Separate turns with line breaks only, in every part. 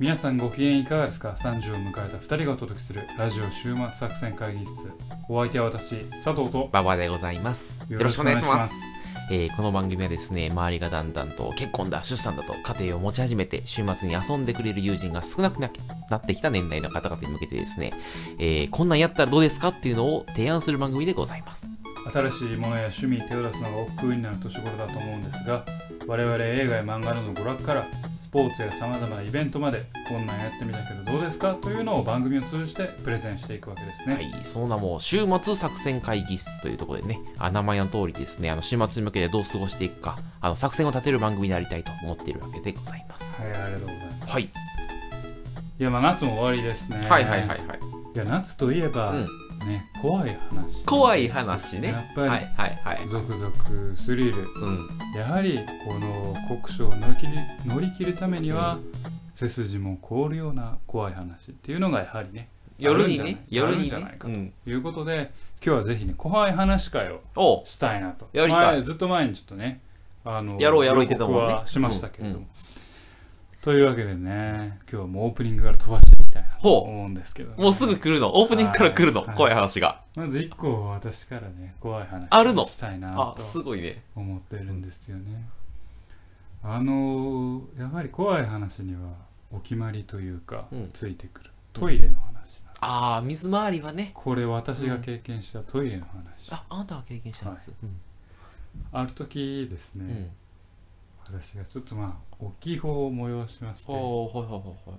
皆さんご機嫌いかがですか ?30 を迎えた2人がお届けするラジオ週末作戦会議室。お相手は私、佐藤と
ババでございます。よろしくお願いします。。えーこの番組はですね、周りがだんだんと結婚だ、出産だと家庭を持ち始めて、週末に遊んでくれる友人が少なくななってきた年代の方々に向けてですね、えーこんなんやったらどうですかっていうのを提案する番組でございます。
新しいものや趣味に手を出すのが億劫になる年頃だと思うんですが我々映画や漫画などの娯楽からスポーツやさまざまなイベントまでこんなんやってみたけどどうですかというのを番組を通じてプレゼンしていくわけですね、
はい、その名も週末作戦会議室というところでね、あ名前の通りですね、あの週末に向けてどう過ごしていくか、あの作戦を立てる番組でありたいと思っているわけでございます。
はい、ありがとうございます
はい、
いやまあ夏も終わりですね
はいはいはいはい。
いや夏といえば、ね怖い話
怖い話ね。
やっぱ
は
り、
いはいはい。
続々スリル
うん。
やはりこの酷暑を乗り切り乗り切るためには、背筋も凍るような怖い話っていうのがやはりね
夜に
あるん
ね、
じゃない
夜に
あるんじゃない
ね。
か
う
と
ん。
ということで今日はぜひね怖い話会を
おう
したいなと
やりたい
前ずっと前にちょっとねあの
やろうやろう言ってたもんね
予告はしましたけれども、
うんう
というわけでね今日はもうオープニングから飛ばしていきたいなと
ほ
思うんですけどね、
う。もうすぐ来るの。オープニングから来るの。
はい
怖い話が。
まず一個私からね怖い話
あるの
をしたいな
あ、
と
すごいね。
思ってるんですよねあのーやはり怖い話にはお決まりというか、
うん
ついてくるトイレの話なんです
あー、水回りはね。
これ私が経験したトイレの話、
あ、あなたが経験したんです。うん
ある時です
う
ね、
ん。
私がちょっとまあ大きい方を催しましてト
ほうほうほうほう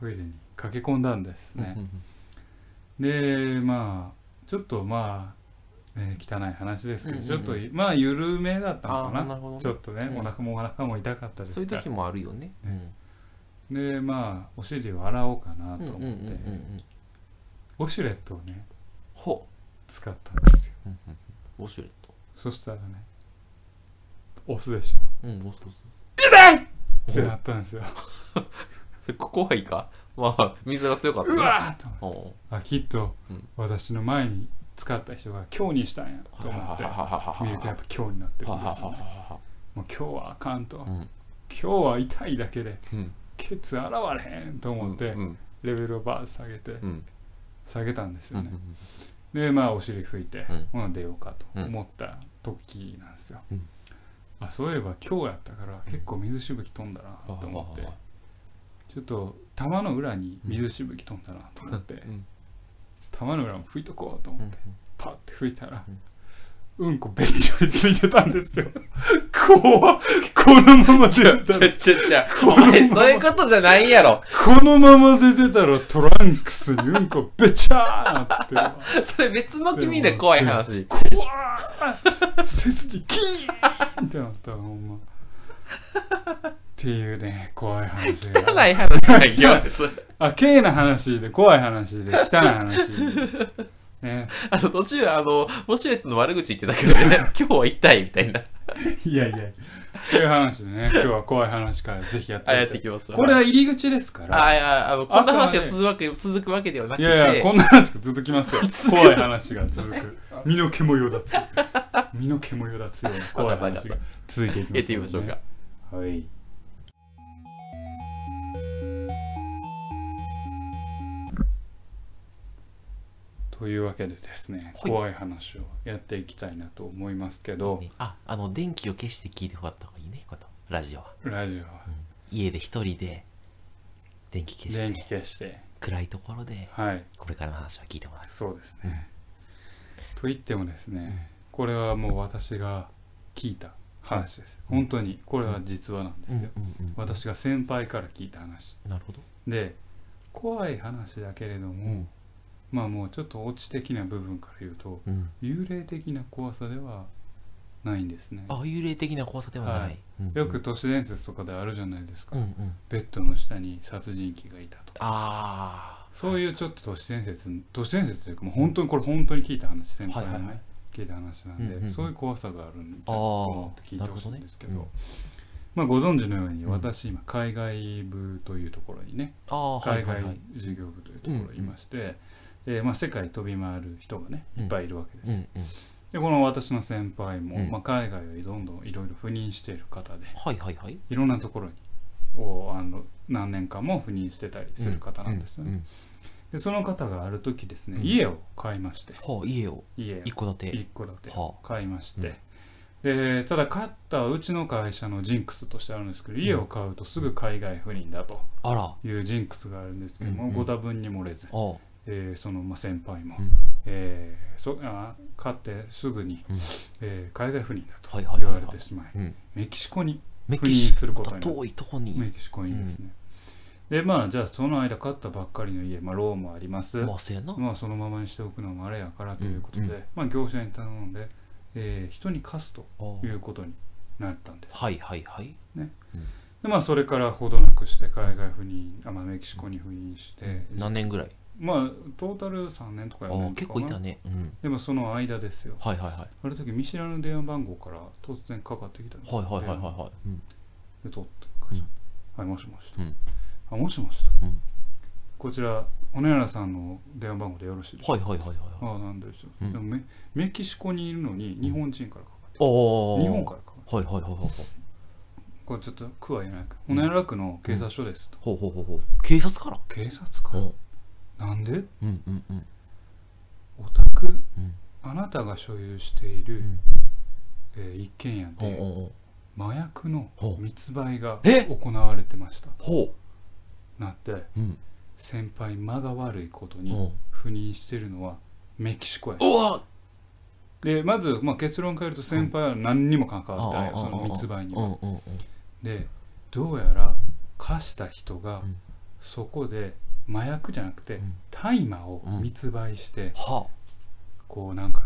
ほ
イレに駆け込んだんです
う。
ね
う、ん
でまあちょっとまあ、えー汚い話ですけど、
うんうん
ち
う
ょ
ん
っとまあ緩めだったの
あ
か
ー、
な
なるほ
ち
ど
ょ
ね。
っとね、
うん
お腹もお腹も痛かったです
そう
か
いう
ら
時もあるよね。うん
でまあお尻を洗おうかな
うん
と
うんうんう
思って、
ん。
ウォシュレットをね
ほ
使ったんですよ
う。うんうんウォシュレット。
そしたらね押すでしょ
うん、ウォシュレット。
ってなったんですよ
それ怖いかまあ、水が強かった
う
ね。
わーと思って
おう
あきっと
うん
私の前に使った人が今日にしたんやと思
は
っ
は
て
はははは
見るとやっぱ今日になってるん
は
で
は
すよ、ね、
はは
もう今日はあかんと、
うん
今日は痛いだけで
うん
ケツ洗われへんと思って、
うん
レベルをバーッと下げて
うん
下げたんです
うんう
よ
ん
ね、でまあお尻拭いて、
うん
ほな出ようかと思った時なんですよ、
うん
あそういえば今日やったから結構水しぶき飛んだなと思って、
うん
ちょっと玉の裏に水しぶき飛んだなと思って、
ん
玉の裏も拭いとこうと思って、パッて拭いたら
うん、
うん、こべっちょりついてたんですよ 怖っこのまま出てた
ちゃちゃちゃ、お前そういうことじゃないや ろ。
らこのまま出てたらトランクスにうんこべちゃーって
それ別の君で怖い話。
怖っ背筋キーンってなったほんまっていうね怖い話が
汚い話だよ。それ
あ軽な話で怖い話で汚い話でね
あの途中、あの、ウォシュレットの悪口言ってたけど ね、今日は痛いみたいな。
いやいやっていう話でね今日は怖い話からぜひやって
あ、
み
やってていきましょう。
これは入り口ですから
あ、いや、あの、こんな話が続くわけ、続くわけではなく
い
て。
やいやこんな話が続きますよ怖い話が続く身の毛もよだつ身の毛もよだつような怖い話が続いていきます
やってみましょうか。
はい。というわけでですね、
はい
怖い話をやっていきたいなと思いますけど、
あ、あの、電気を消して聞いてもらった方がいいね、こと。ラジオは。
ラジオは
家で一人で、電気消
電
し
気
て、
消して、
暗いところで、
はい、
これからの話は聞いてもらう。
そうですね。と言ってもですね、これはもう私が聞いた話です。
うん
本当に、これは実話なんですよ。
うんうんうん
私が先輩から聞いた話。
なるほど。
で、怖い話だけれども、
うん
まあもうちょっとオチ的な部分から言うと、
うん。
幽霊的な怖さではないんですね
あ、幽霊的な怖さではな
はいい。よく都市伝説とかであるじゃないですか、
うんうん。
ベッドの下に殺人鬼がいたとか
あ
そういうちょっと都市伝説都市伝説というかもう本当にこれ本当に聞いた話先輩のね、
はいはいはい
聞いた話なんで、
うんうんうん
そういう怖さがあるんだ
あ
と
ー
思って聞いてほしいんですけど
なるほ
まあご存知のように
うん
私今海外部というところにね、
あ。ああー、は
海
いは
外
いはい。
事業部というところにいまして、えーまあ、世界飛び回る人がねいっぱいいるわけです
うんう
よ、
ん。
でこの私の先輩も、
うん
まあ、海外をどんどんいろいろ赴任している方で
はいはいはい。
いろんなところにをあの何年間も赴任してたりする方なんですよね。
うんうん
でその方がある時ですね、
うん
家を買いまして
うんはあ、家を
家を
一戸建て。
一戸建て
は
買いまして、でただ買ったうちの会社のジンクスとしてあるんですけど家を買うとすぐ海外赴任だと
あ、あら。あ
いうジンクスがあるんですけども、
うんうん
ご多分に漏れず、
あ。
えーその、まあ、先輩も、
うん
えーそあ買ってすぐに、
うん
えー海外赴任だと
はいはい
言
は
わ
い
れ
はい
て。しまい
うん
メキシコに
メ
赴任
キシ
すること
コ
になる
遠いとこに
メ。キシコにですね、でまあじゃあその間買ったばっかりの家、まあ、ローンもあります、
まあ、せやな。
まあそのままにしておくのもあれやからということで、
うんう
まあ業者に頼んで、えー人に貸すと
ああ
いうことになったんです。
はいはいはい。
でまあそれからほどなくして海外赴任、あまあメキシコに赴任して、
何年ぐらい
まあトータル3年とか
あ
4年と
あ
か
結構い
ね。
たね。うん。
でもその間ですよ。
はいはいはい。
ある時見知らぬ電話番号から突然かかってきたんです。
はいはいはいはいはい。うん
で取って会社、はいもしもしと、
うん
あもしもしと、
うん
こちら骨原さんの電話番号でよろしいでしょうか
はいはいはいはいはい。ああ。
ああなんですよ、
うん
でもメメキシコにいるのに日本人からかかって、
日
日本からかかって
はいはいはいはいはい。
これちょっと区は言えないかほなやら区の警察署ですと、
ほうほうほうほう。警察から
警察か、
うん
なんで
うんうんうん。
オタク、
ん
あなたが所有している、
ん
えー一軒家
ほう
で、
ほうほう
麻薬の
ほう
密売が
え
行われてました
ほ
なって
う。うん。
先輩間が悪いこと
う
に
ん
赴任してるのはメキシコや
うわ
でまず、まあ、結論から言うと先輩は何にも関わってない、
うん
その密売に
う
は、
んうんうん。
でどうやら貸した人が
うん
そこで麻薬じゃなくて
ん
大麻を密売して
は
こうなんか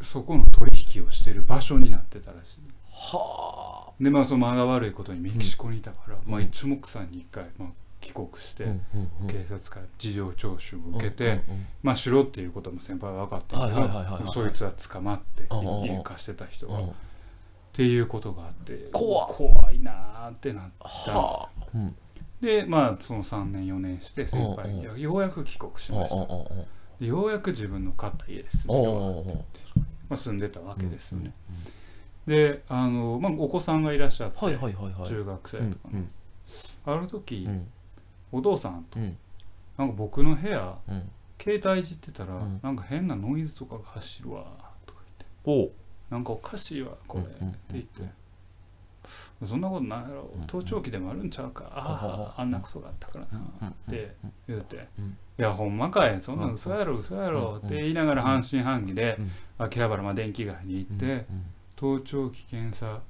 そこの取引をしてる場所になってたらしい
あ。は
でまあその間が悪いことにメキシコにいたから、
ん
まあ一目散に一回、まあ、帰国して、
あ。うんうんうん
警察から事情聴取を受けて、
うんうん
まあしろっていうことも先輩は分かってるけ
はいはいはいはいはい
どそいつは捕まって
うんうんうん
家貸してた人
う
が
んう
っ
んは
ていうことがあって
怖っ
怖いなーってなったんですよ
あ。うん。
でまあその3年4年して先輩
うんうん
よようやく帰国し
うんうん
ました
うんうん
でようやく自分の買った家です
お
ね要は
おお
まあ、住んでたわけですよね、であの、まあ、お子さんがいらっしゃって、
はいはいはいはい。
中学生
うん
とか、
うん
ある時、
うん
お父さんと
うん
なんか僕の部屋
うん。
携帯いじってたら、
うん
なんか変なノイズとかが走るわとか言って
おう
なんかおかしいわこれ、
うんうん
って言って。そんなことないやろ
うん
盗聴器でもあるんちゃうか、あああんなことがあったからな、
うん
って言うて、
うん
いやほんまかいそんなん嘘やろ嘘やろ、って言いながら半信半疑で、
うん
秋葉原まで電気街に行って、
うん
盗聴器検査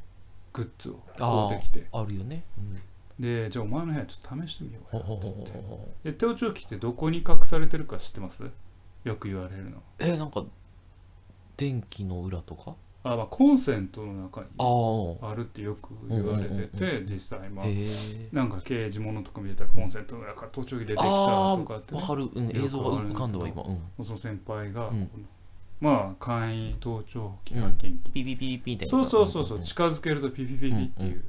グッズを
あ
買
ー
うてきて
あるよね。うん
でじゃあお前の部屋ちょっと試してみよう
ほう
よ
ほうほうほうほう
で盗聴器ってどこに隠されてるか知ってますよく言われるの
えなんか電気の裏とか
あ、まあ、コンセントの中に
ああ
あるってよく言われてて、
うん
実際まあ
へえ
なんか刑事物とか見てたらコンセントの中から盗聴器出てきたとかってね、
わかる、うん、
よく
映像が
あるんだ
浮かんだわ
けど
今、うん、
その先輩が、
うん
まあ簡易盗聴器発見器、
ピピピピみたいな
そうそうそうそう、
ん
近づけるとピピピピっていう。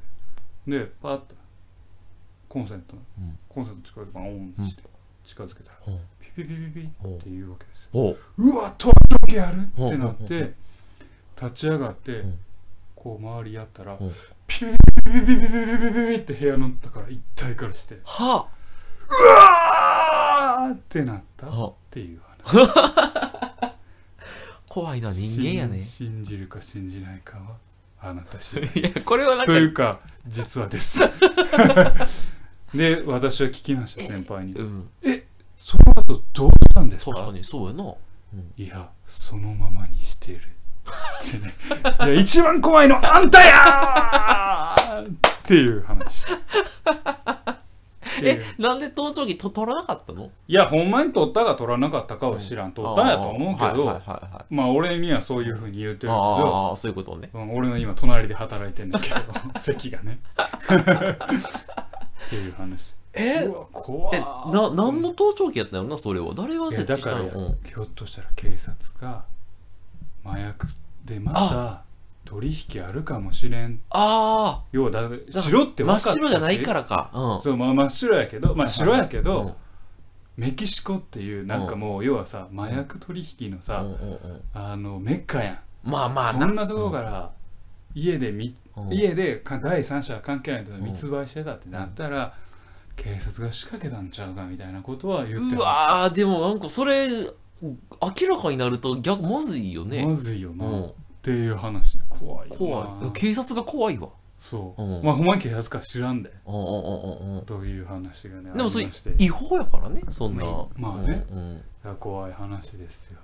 で、パッとコンセント、
うん
コンセント近づけばオンして近づけたら、
ほう
ピピピピピっていうわけですよ。
ほう
うわ、盗聴器やるってなっ
うんうんう
て、立ち上がって
うん、
こう周りやったら
うん、
ピピピピピピピピピピピって部屋の中から一体からして、う
は
わーってなった
あ
っ
あ
ていう話。
怖いな人間やね
信信じるか信じないかは、あなた 次第。
いやこれはなん
と
か
いうか実はです で私は聞きました先輩に
うん
その後どうしたんです
確か
か
にそうやない
やそのままにしてるってねいや一番怖いのあんたやーっていう話っていう
えなんで盗聴器と取らなかったの
いやほんまに取ったか取らなかったかは知らん取ったんやと思うけ
あーはい
ど
はいはいはい
まあ俺にはそういうふうに言うてるけど
あーそういうことね
うん俺の今隣で働いてんだけ ど席がねっていう話
え
うわ怖
え
い
な何の盗聴器やったのなそれは誰
い
が
や
設
だ
置し
か
た
ら
の
や
うん
ひょっとしたら警察が麻薬でまた取引あるかもしれん
あ
要はだ
あ
白って分か
真っ
った
白じゃないかららかう
そう、まあ、真っ白やけどまあ白やけ
ん
ど、
うん
メキシコっていうなんかもう、要はさ麻薬取引の
う
さ、
んうんうん
あのメッカやん、
まあまあ
そんなとこから家でみ
うん
家でか第三者関係ない人が密売してたってなったら、警察が仕掛けたんちゃうかみたいなことは言って
う
る
わーでもなんかそれ明らかになると逆まずいよね
まずいよな、
う
っ
ん
ていう話怖いよな
怖い警察が怖いわ
そう、
うん
まあほんまに警察か知らんで
うんうんうんうん
という話がね
でもそ
あ
れ
りまして
違法やからねそんな
まあね
うんうん
いや怖い話ですよ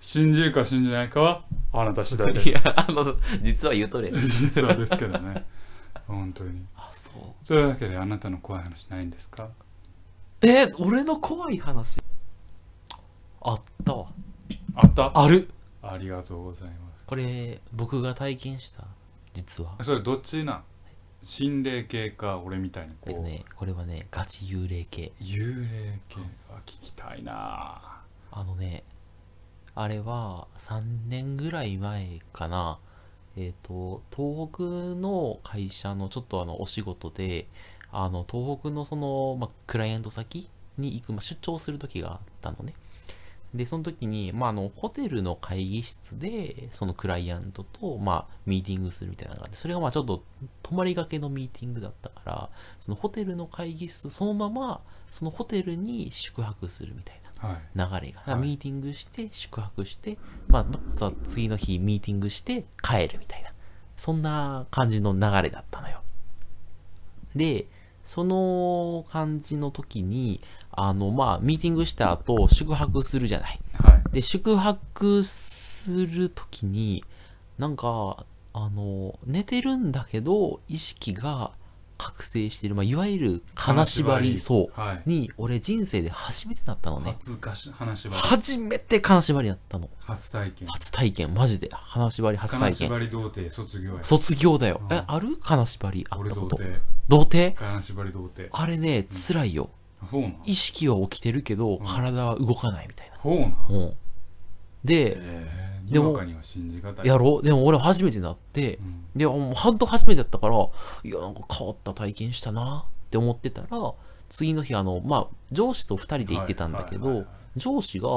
信じるか信じないかはあなた次第で
いや
す
あの実は言うとれ
実はですけどね 本当に
あそう
それだけであなたの怖い話ないんですか
えー俺の怖い話あったわ
あった
ある
ありがとうございま
これ僕が体験した実は
すそれどっちなん心霊系か俺みたいに
えっと
こう
ねこれはねガチ幽霊系
幽霊系は聞きたいな
あのねあれは3年ぐらい前かなえっ、と東北の会社のちょっとあのお仕事であの東北のその、まあ、クライアント先に行く、まあ、出張する時があったのねでその時に、まあ、あのホテルの会議室でそのクライアントと、まあ、ミーティングするみたいなのがあってそれがまあちょっと泊まりがけのミーティングだったからそのホテルの会議室そのままそのホテルに宿泊するみたいな
はい
流れが、
はい
ミーティングして宿泊して、まあ、また次の日ミーティングして帰るみたいなそんな感じの流れだったのよでその感じの時にあのまあミーティングした後宿泊するじゃない
はい
で宿泊する時になんかあの寝てるんだけど意識が覚醒してる、まあ、いわゆる金縛りそう
はい
に俺人生で初めてなったのね
初かし話ばり
初めて金縛りやったの
初体験
初体験マジで金縛り初
金
体験
縛り童貞卒業や
卒業だよ、
うん
えある金縛りあっ
俺
た
童
こと
貞
童貞
金縛り童貞
あれね辛いよ
そうなん
意識は起きてるけど体は動かないみたいな、
そうなん
うん、で
えー、
で
に
も
わかには信じがたい
やろうでも俺初めてなって
うん
でもう半年初めてだったからいやなんか変わった体験したなって思ってたら次の日あのまあ上司と2人で行ってたんだけ
は
ど、
いはいはいはい
上司が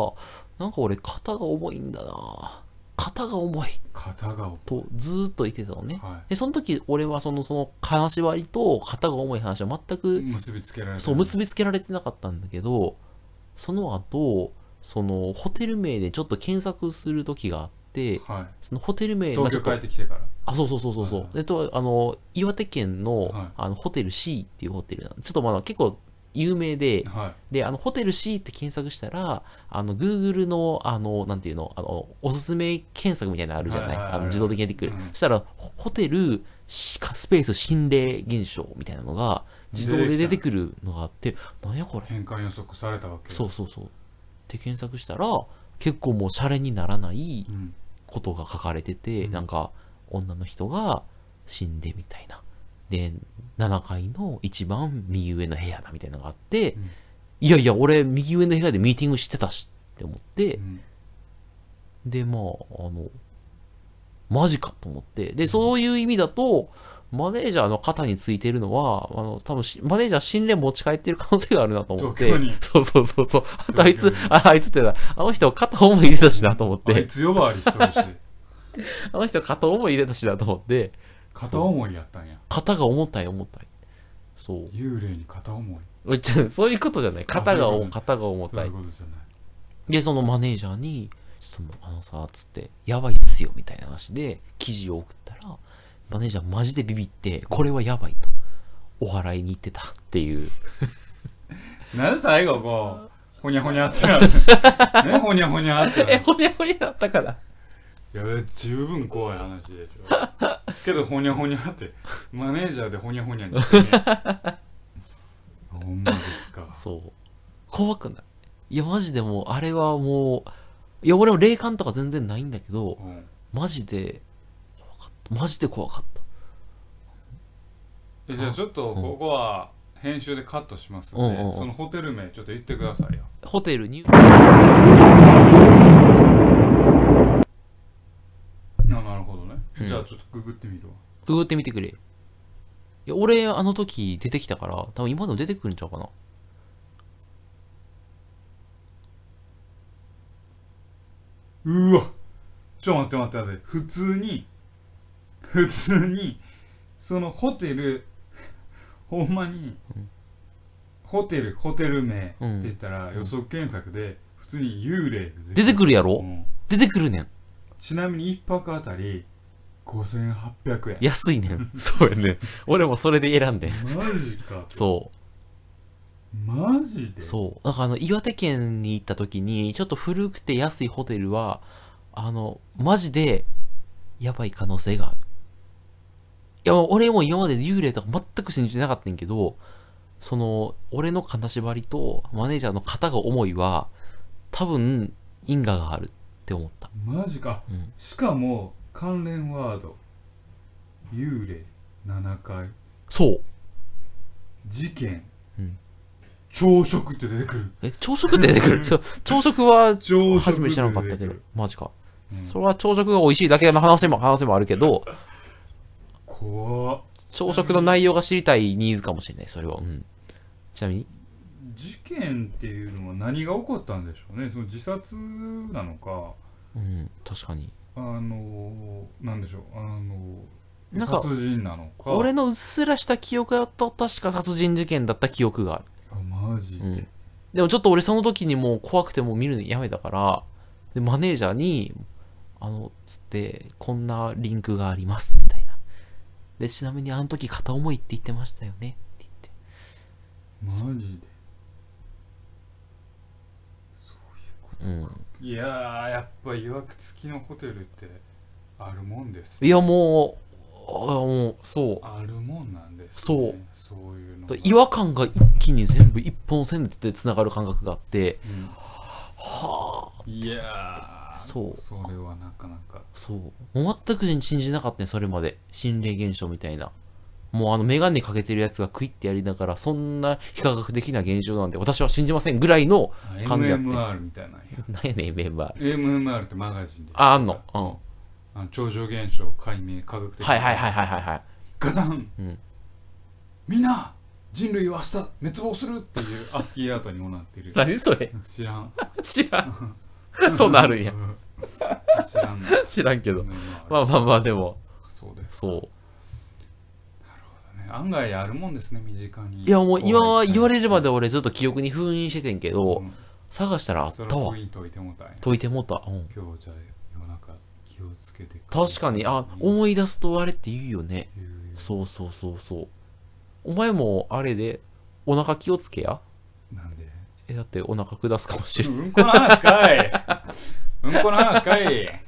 なんか俺肩が重いんだな肩が重い
肩が重
とずーっと言ってたの
い
ね。
は
で、その時俺はその、その、金縛りと肩が重い話は全
い
く、
結びつけられて
そう、結
び
びつけられてなかったんだけど、その後、その、ホテル名でちょっと検索する時があって、
は
そのホテル
い
名、まあ
東
ちょ
京
っ
帰
と
ってきてから
あ、そうそうそうそうそう。
はい
でと、あの、岩手県の
はい、
あの、ホテル C っていうホテルなのちょっとまあ結構有名で、
はい
で、あの、ホテル C って検索したら、あの、Google の、あの、なんていうの、あの、おすすめ検索みたいなのあるじゃない、
はいはいはいはい
あの自動的に出てくる。
うん
そしたら、ホホテル、しかスペース心霊現象みたいなのが、自動で出てくるのがあって、なんやこれ。
変換予測されたわけ
そうそうそう。って検索したら、結構もうシャレにならない
うん
ことが書かれてて、
うん
なんか、女の人が死んでみたいな。で、7階の一番右上の部屋だみたいなのがあって、
うん
いやいや、俺、右上の部屋でミーティングしてたしって思って
う、ん
で、まあ、あの、マジかと思って、で、そういう意味だと、マネージャーの肩についてるのは、あの、多分しマネージャー心霊持ち帰ってる可能性があるなと思って
東京に、
そうそうそうそう、あとあいつ
東京、
ああいつってな、あの人肩思い入れたしなと思っ
あ
て
い、 つ呼ばわりして るし
あの人肩思い入れたしなと思って、
片思いやったんや
肩が重たい重たい。そう
幽霊に片思い。
めっちゃそう いうことじゃない。肩が
そういう
重
こ
肩が重
そう
た
い。
いう
ことじゃない
で、そのマネージャーに、ちょっとあのさ、つって、やばいっすよ、みたいな話で、記事を送ったら、マネージャーマジでビビって、これはやばいと。お祓いに行ってたっていう。
なんで最後こ うほにゃほにゃってなるねほにゃほにゃってな
え、
る
ほにゃほにゃだったから。
いや十分怖い話でし ょけどほにゃほにゃってマネージャーでほにゃほにゃにして ねほんまですか
そう。怖くない。いや、マジでもう、あれはもう、いや、俺も霊感とか全然ないんだけど、
うん
マジで、怖かった。マジで怖かった。
えじゃあちょっとここは編集でカットしますん
うんうんう
で
ん
そのホテル名ちょっと言ってくださいよ
ホテルに、
ななるほどね
うん
じゃあちょっとググってみるわ
ググってみてくれ。いや、俺、あの時出てきたから、多分今でも出てくるんちゃうかな。
うわちょっと待って待って待って普通に普通にそのホテルほんまに、
うん
ホテルホテル名って
うん
言ったら
ん
予測検索で普通に幽霊
出てくるやろ
うん
出てくるねん。
ちなみに1泊あたり5800円
安いね ん。そうやねん。俺もそれで選んでん。
マジか
そ
マジで
う。そう。だからあの、岩手県に行った時に、ちょっと古くて安いホテルは、あの、マジで、やばい可能性がある。いや、俺も今まで幽霊とか全く信じてなかったんやけど、その、俺の金縛りとマネージャーの肩が重いは、多分、因果があるって思った。
マジか、
うん
しかも関連ワード幽霊7回
そう。
事件、
うん
朝食って出てくる
え、朝食って出てくるそう朝食は
朝食
初めて知らなかったけ
出て
ど
くる、
マジか。
うん
それは朝食が美味しいだけの話も、話もあるけど、
怖っ
朝食の内容が知りたいニーズかもしれない、それは。うん。ちなみに、
事件っていうのは何が起こったんでしょうねその自殺なのか
うん、確かに。
あのー、なんでしょうあのー、
なんか
殺人なのか
俺のうっすらした記憶だと、確か殺人事件だった記憶がある。
あマジで、
うん。でもちょっと俺その時にもう怖くてもう見るのやめたから、で、マネージャーに、あの、つって、こんなリンクがあります、みたいな。で、ちなみにあの時片思いって言ってましたよね、って言って。
マジで
うん、
いやーやっぱいわくつきのホテルってあるもんです
いやもうあもうそ
あるもんなんです、ね、
そう
そういうの
う
が
違和感が一気に全部一本線でつながる感覚があって
うんいやー
そう
それはなかなか
そうもう全く信じなかったねそれまで心霊現象みたいなもうあの眼鏡かけてるやつがクイッてやりながらそんな非科学的な現象なんで私は信じませんぐらいの
あ
感じやって
MMR みたいなんや
なんやねんメンバー
MMR ってマガジンで
ああんのうんは
あの超常現象解明科学
い
的
はいはいはいはいはい
ガタン、
うん
みんな人類は明日滅亡するっていうアスキーアートにもなって る
何それ
知らん
知らん そんなんあるんや
うん 知らんの
知らんけど
MMR
まあまあまあでも
そうです
そう
ね案外あるもんですね身近に
いやもう今は言われるま
で
で俺ずっと記憶に封印しててんけど、
うん
探したらあっ
それ
たわ
ポイント置いてもうたんや
解いてもうた、うん、
今日じゃあ夜中気をつけて
確かにあ思い出すとあれって言うよね
に
そうそうそうそうお前もあれでお腹気をつけや
なんで
えだってお腹下すかもしれん
うんこの話かいうんこの話かいいや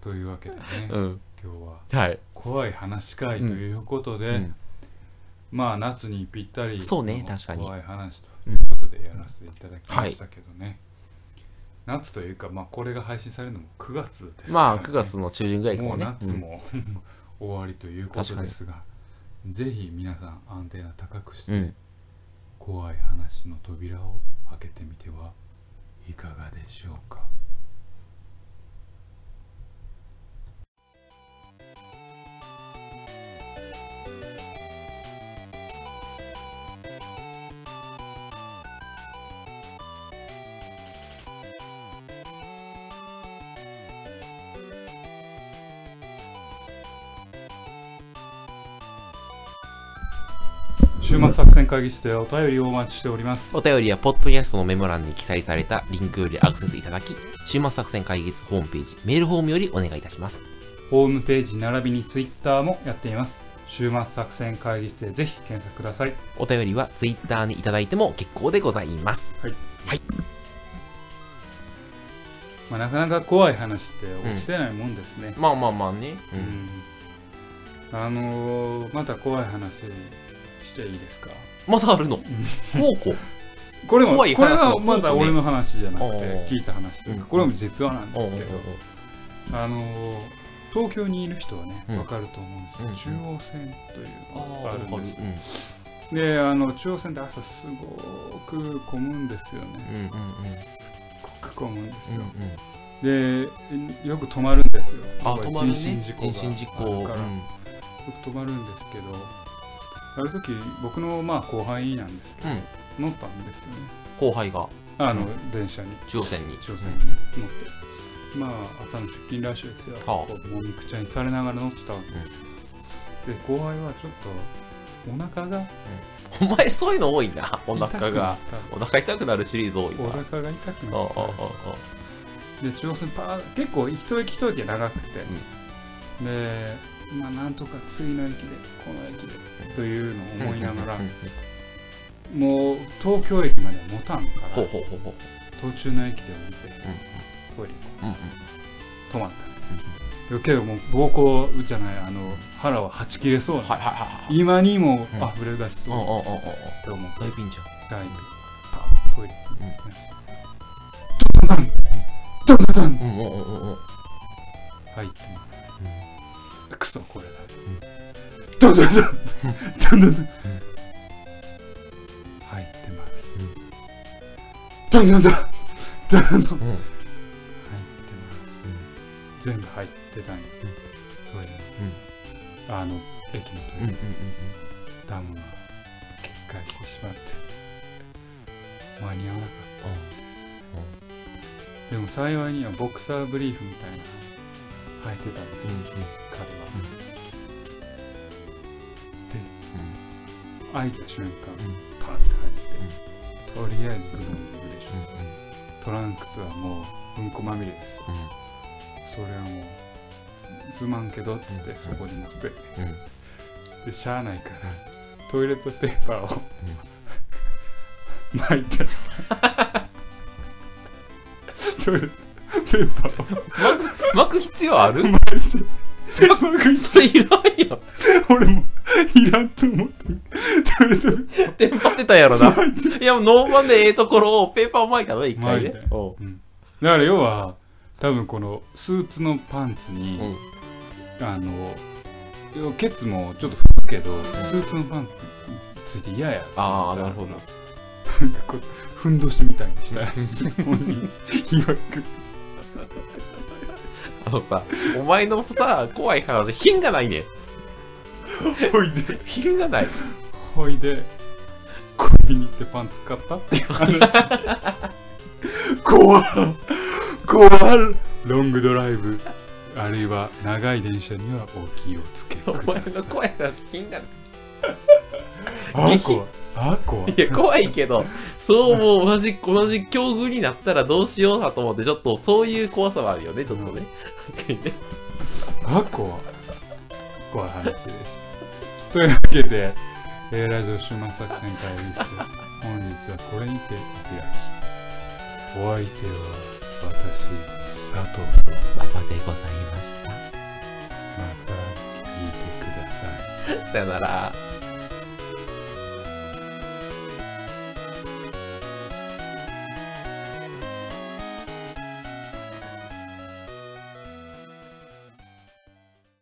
というわけでね
うん
今日は
はい
怖い話かいということで、
うん
まあ夏にぴったり
そうね
の
確かに
怖い話ということでやらせていただきましたけどね、夏というかまあこれが配信されるのも9月ですから
まあ
ね
9月の中旬ぐらいか
も
も
う
ね
夏
うん
も終わりということですが、ぜひ皆さんアンテナ高くして、
うん
怖い話の扉を開けてみてはいかがでしょうか。週末作戦会議室ではお便りをお待ちしております。
お便りはポッドキャストのメモ欄に記載されたリンクよりアクセスいただき週末作戦会議室ホームページメールフォームよりお願いいたします
ホームページ並びにツイッターもやっています。週末作戦会議室でぜひ検索ください。
お便りは Twitter にいただいても結構でございます
まあ、なかなか怖い話って落ちてないもんですね。
まあまあまあね
う
う
ん
ん
あのーまた怖い話していいですか
まだあるの 宝庫
これも
怖い
これ
話の
はまだ俺の話じゃなくて
そうね
聞いた話というか
うん
これも実話なん
おう
で
おう
すけど、あのー東京にいる人はね
うん
分かると思うんですけど、中央線という
お
の
う
がある
あ
ん
る
ですであの中央線って朝すごく混むんですよね
うんうんうん
すっごく混むんです
うん
よ、
うんうん
でよく止まるんですよ
あ
やっぱ
止
り
まるね
人身事故
人身事故
があるから、よく止まるんですけどある時僕のまあ後輩なんですけど、
うん
乗ったんですよね
後輩が
あの、
う
電車に
中央線に
中央線にね、乗ってまあ朝の出勤ラッシュですよ、
はあ
こうもみくちゃにされながら乗ってたわけですよ、で後輩はちょっとお腹が
お前そういうの多いなお
痛くな
腹が
った
お腹痛くなるシリーズ多いな
お腹が痛く
あ
な
あ
った
あああ
で中央線パー結構一駅一駅長くて、でまあなんとか次の駅でこの駅でというのを思いながら、
うんうんうん
もう東京駅までは持たんか
ほう
ら
ほうほうほう
途中の駅で降りて、トイレ
うんうん
止まったんですよ、けどもう膀胱じゃないあの腹ははち切れそうな、
はいはいはいはい
今にも
うん
溢れ出し
うん
そううんっ
うんうんうん
て思う
大ピンチャ
ライブパートイレ
ーうんうんうんうんうん
入ってますクソこれだドンドンドンドンドンドン入ってます
うん
ドンドンドンドンドンドン入って
うん
ます全部入ってたんやトイレあの駅のトイレ
うんうんうん
ダムが決壊してしまって間に合わなかったでも幸いにはボクサーブリーフみたいなの履いてたんです
う
よ、
んうん
彼は
うん
開いた瞬間、
うん
パッて入って、とりあえずズボン脱ぐでしょ、トランクスはもううんこまみれですよそれはもうすすまんけどっつって
うん
そこに持って
うんうんうんうん
でしゃあないからトイレットペーパーを巻いてトイレットペーパーを
巻く必要ある
それが一
それいらんよ
俺もいらんと思ってトイレット
って待ってたやろな。いや、もうノーマンでええところをペーパー巻いたの一回ね
巻い。
おう
だから要は多分このスーツのパンツ
う
に、
ん。
あの要はケツもちょっと拭くけど、スーツのパンツついて嫌や
ああ、なるほど。
なんかこうふんどしみたいにしたら本人いわく
あのさ、お前のさ、怖い話、品がないね。
ほいで
品がない。
ほいでコンビニ行ってパンツ買ったっていう話怖っ怖っロングドライブあるいは長い電車にはお気をつけ
お
くだ
前
さ
の
い
怖い話、品がない。
あ怖いあ怖い
いや、怖いけど、そう、もう同じ、同じ境遇になったらどうしようかと思って、ちょっとそういう怖さはあるよね、ちょっとね。確かにね。
あ怖い怖い話でしたというわけで、えーラジオ終末作戦会議室本日はこれにてお開きお相手は私佐藤と
パパでございまし
また聞いてください
た。さよなら。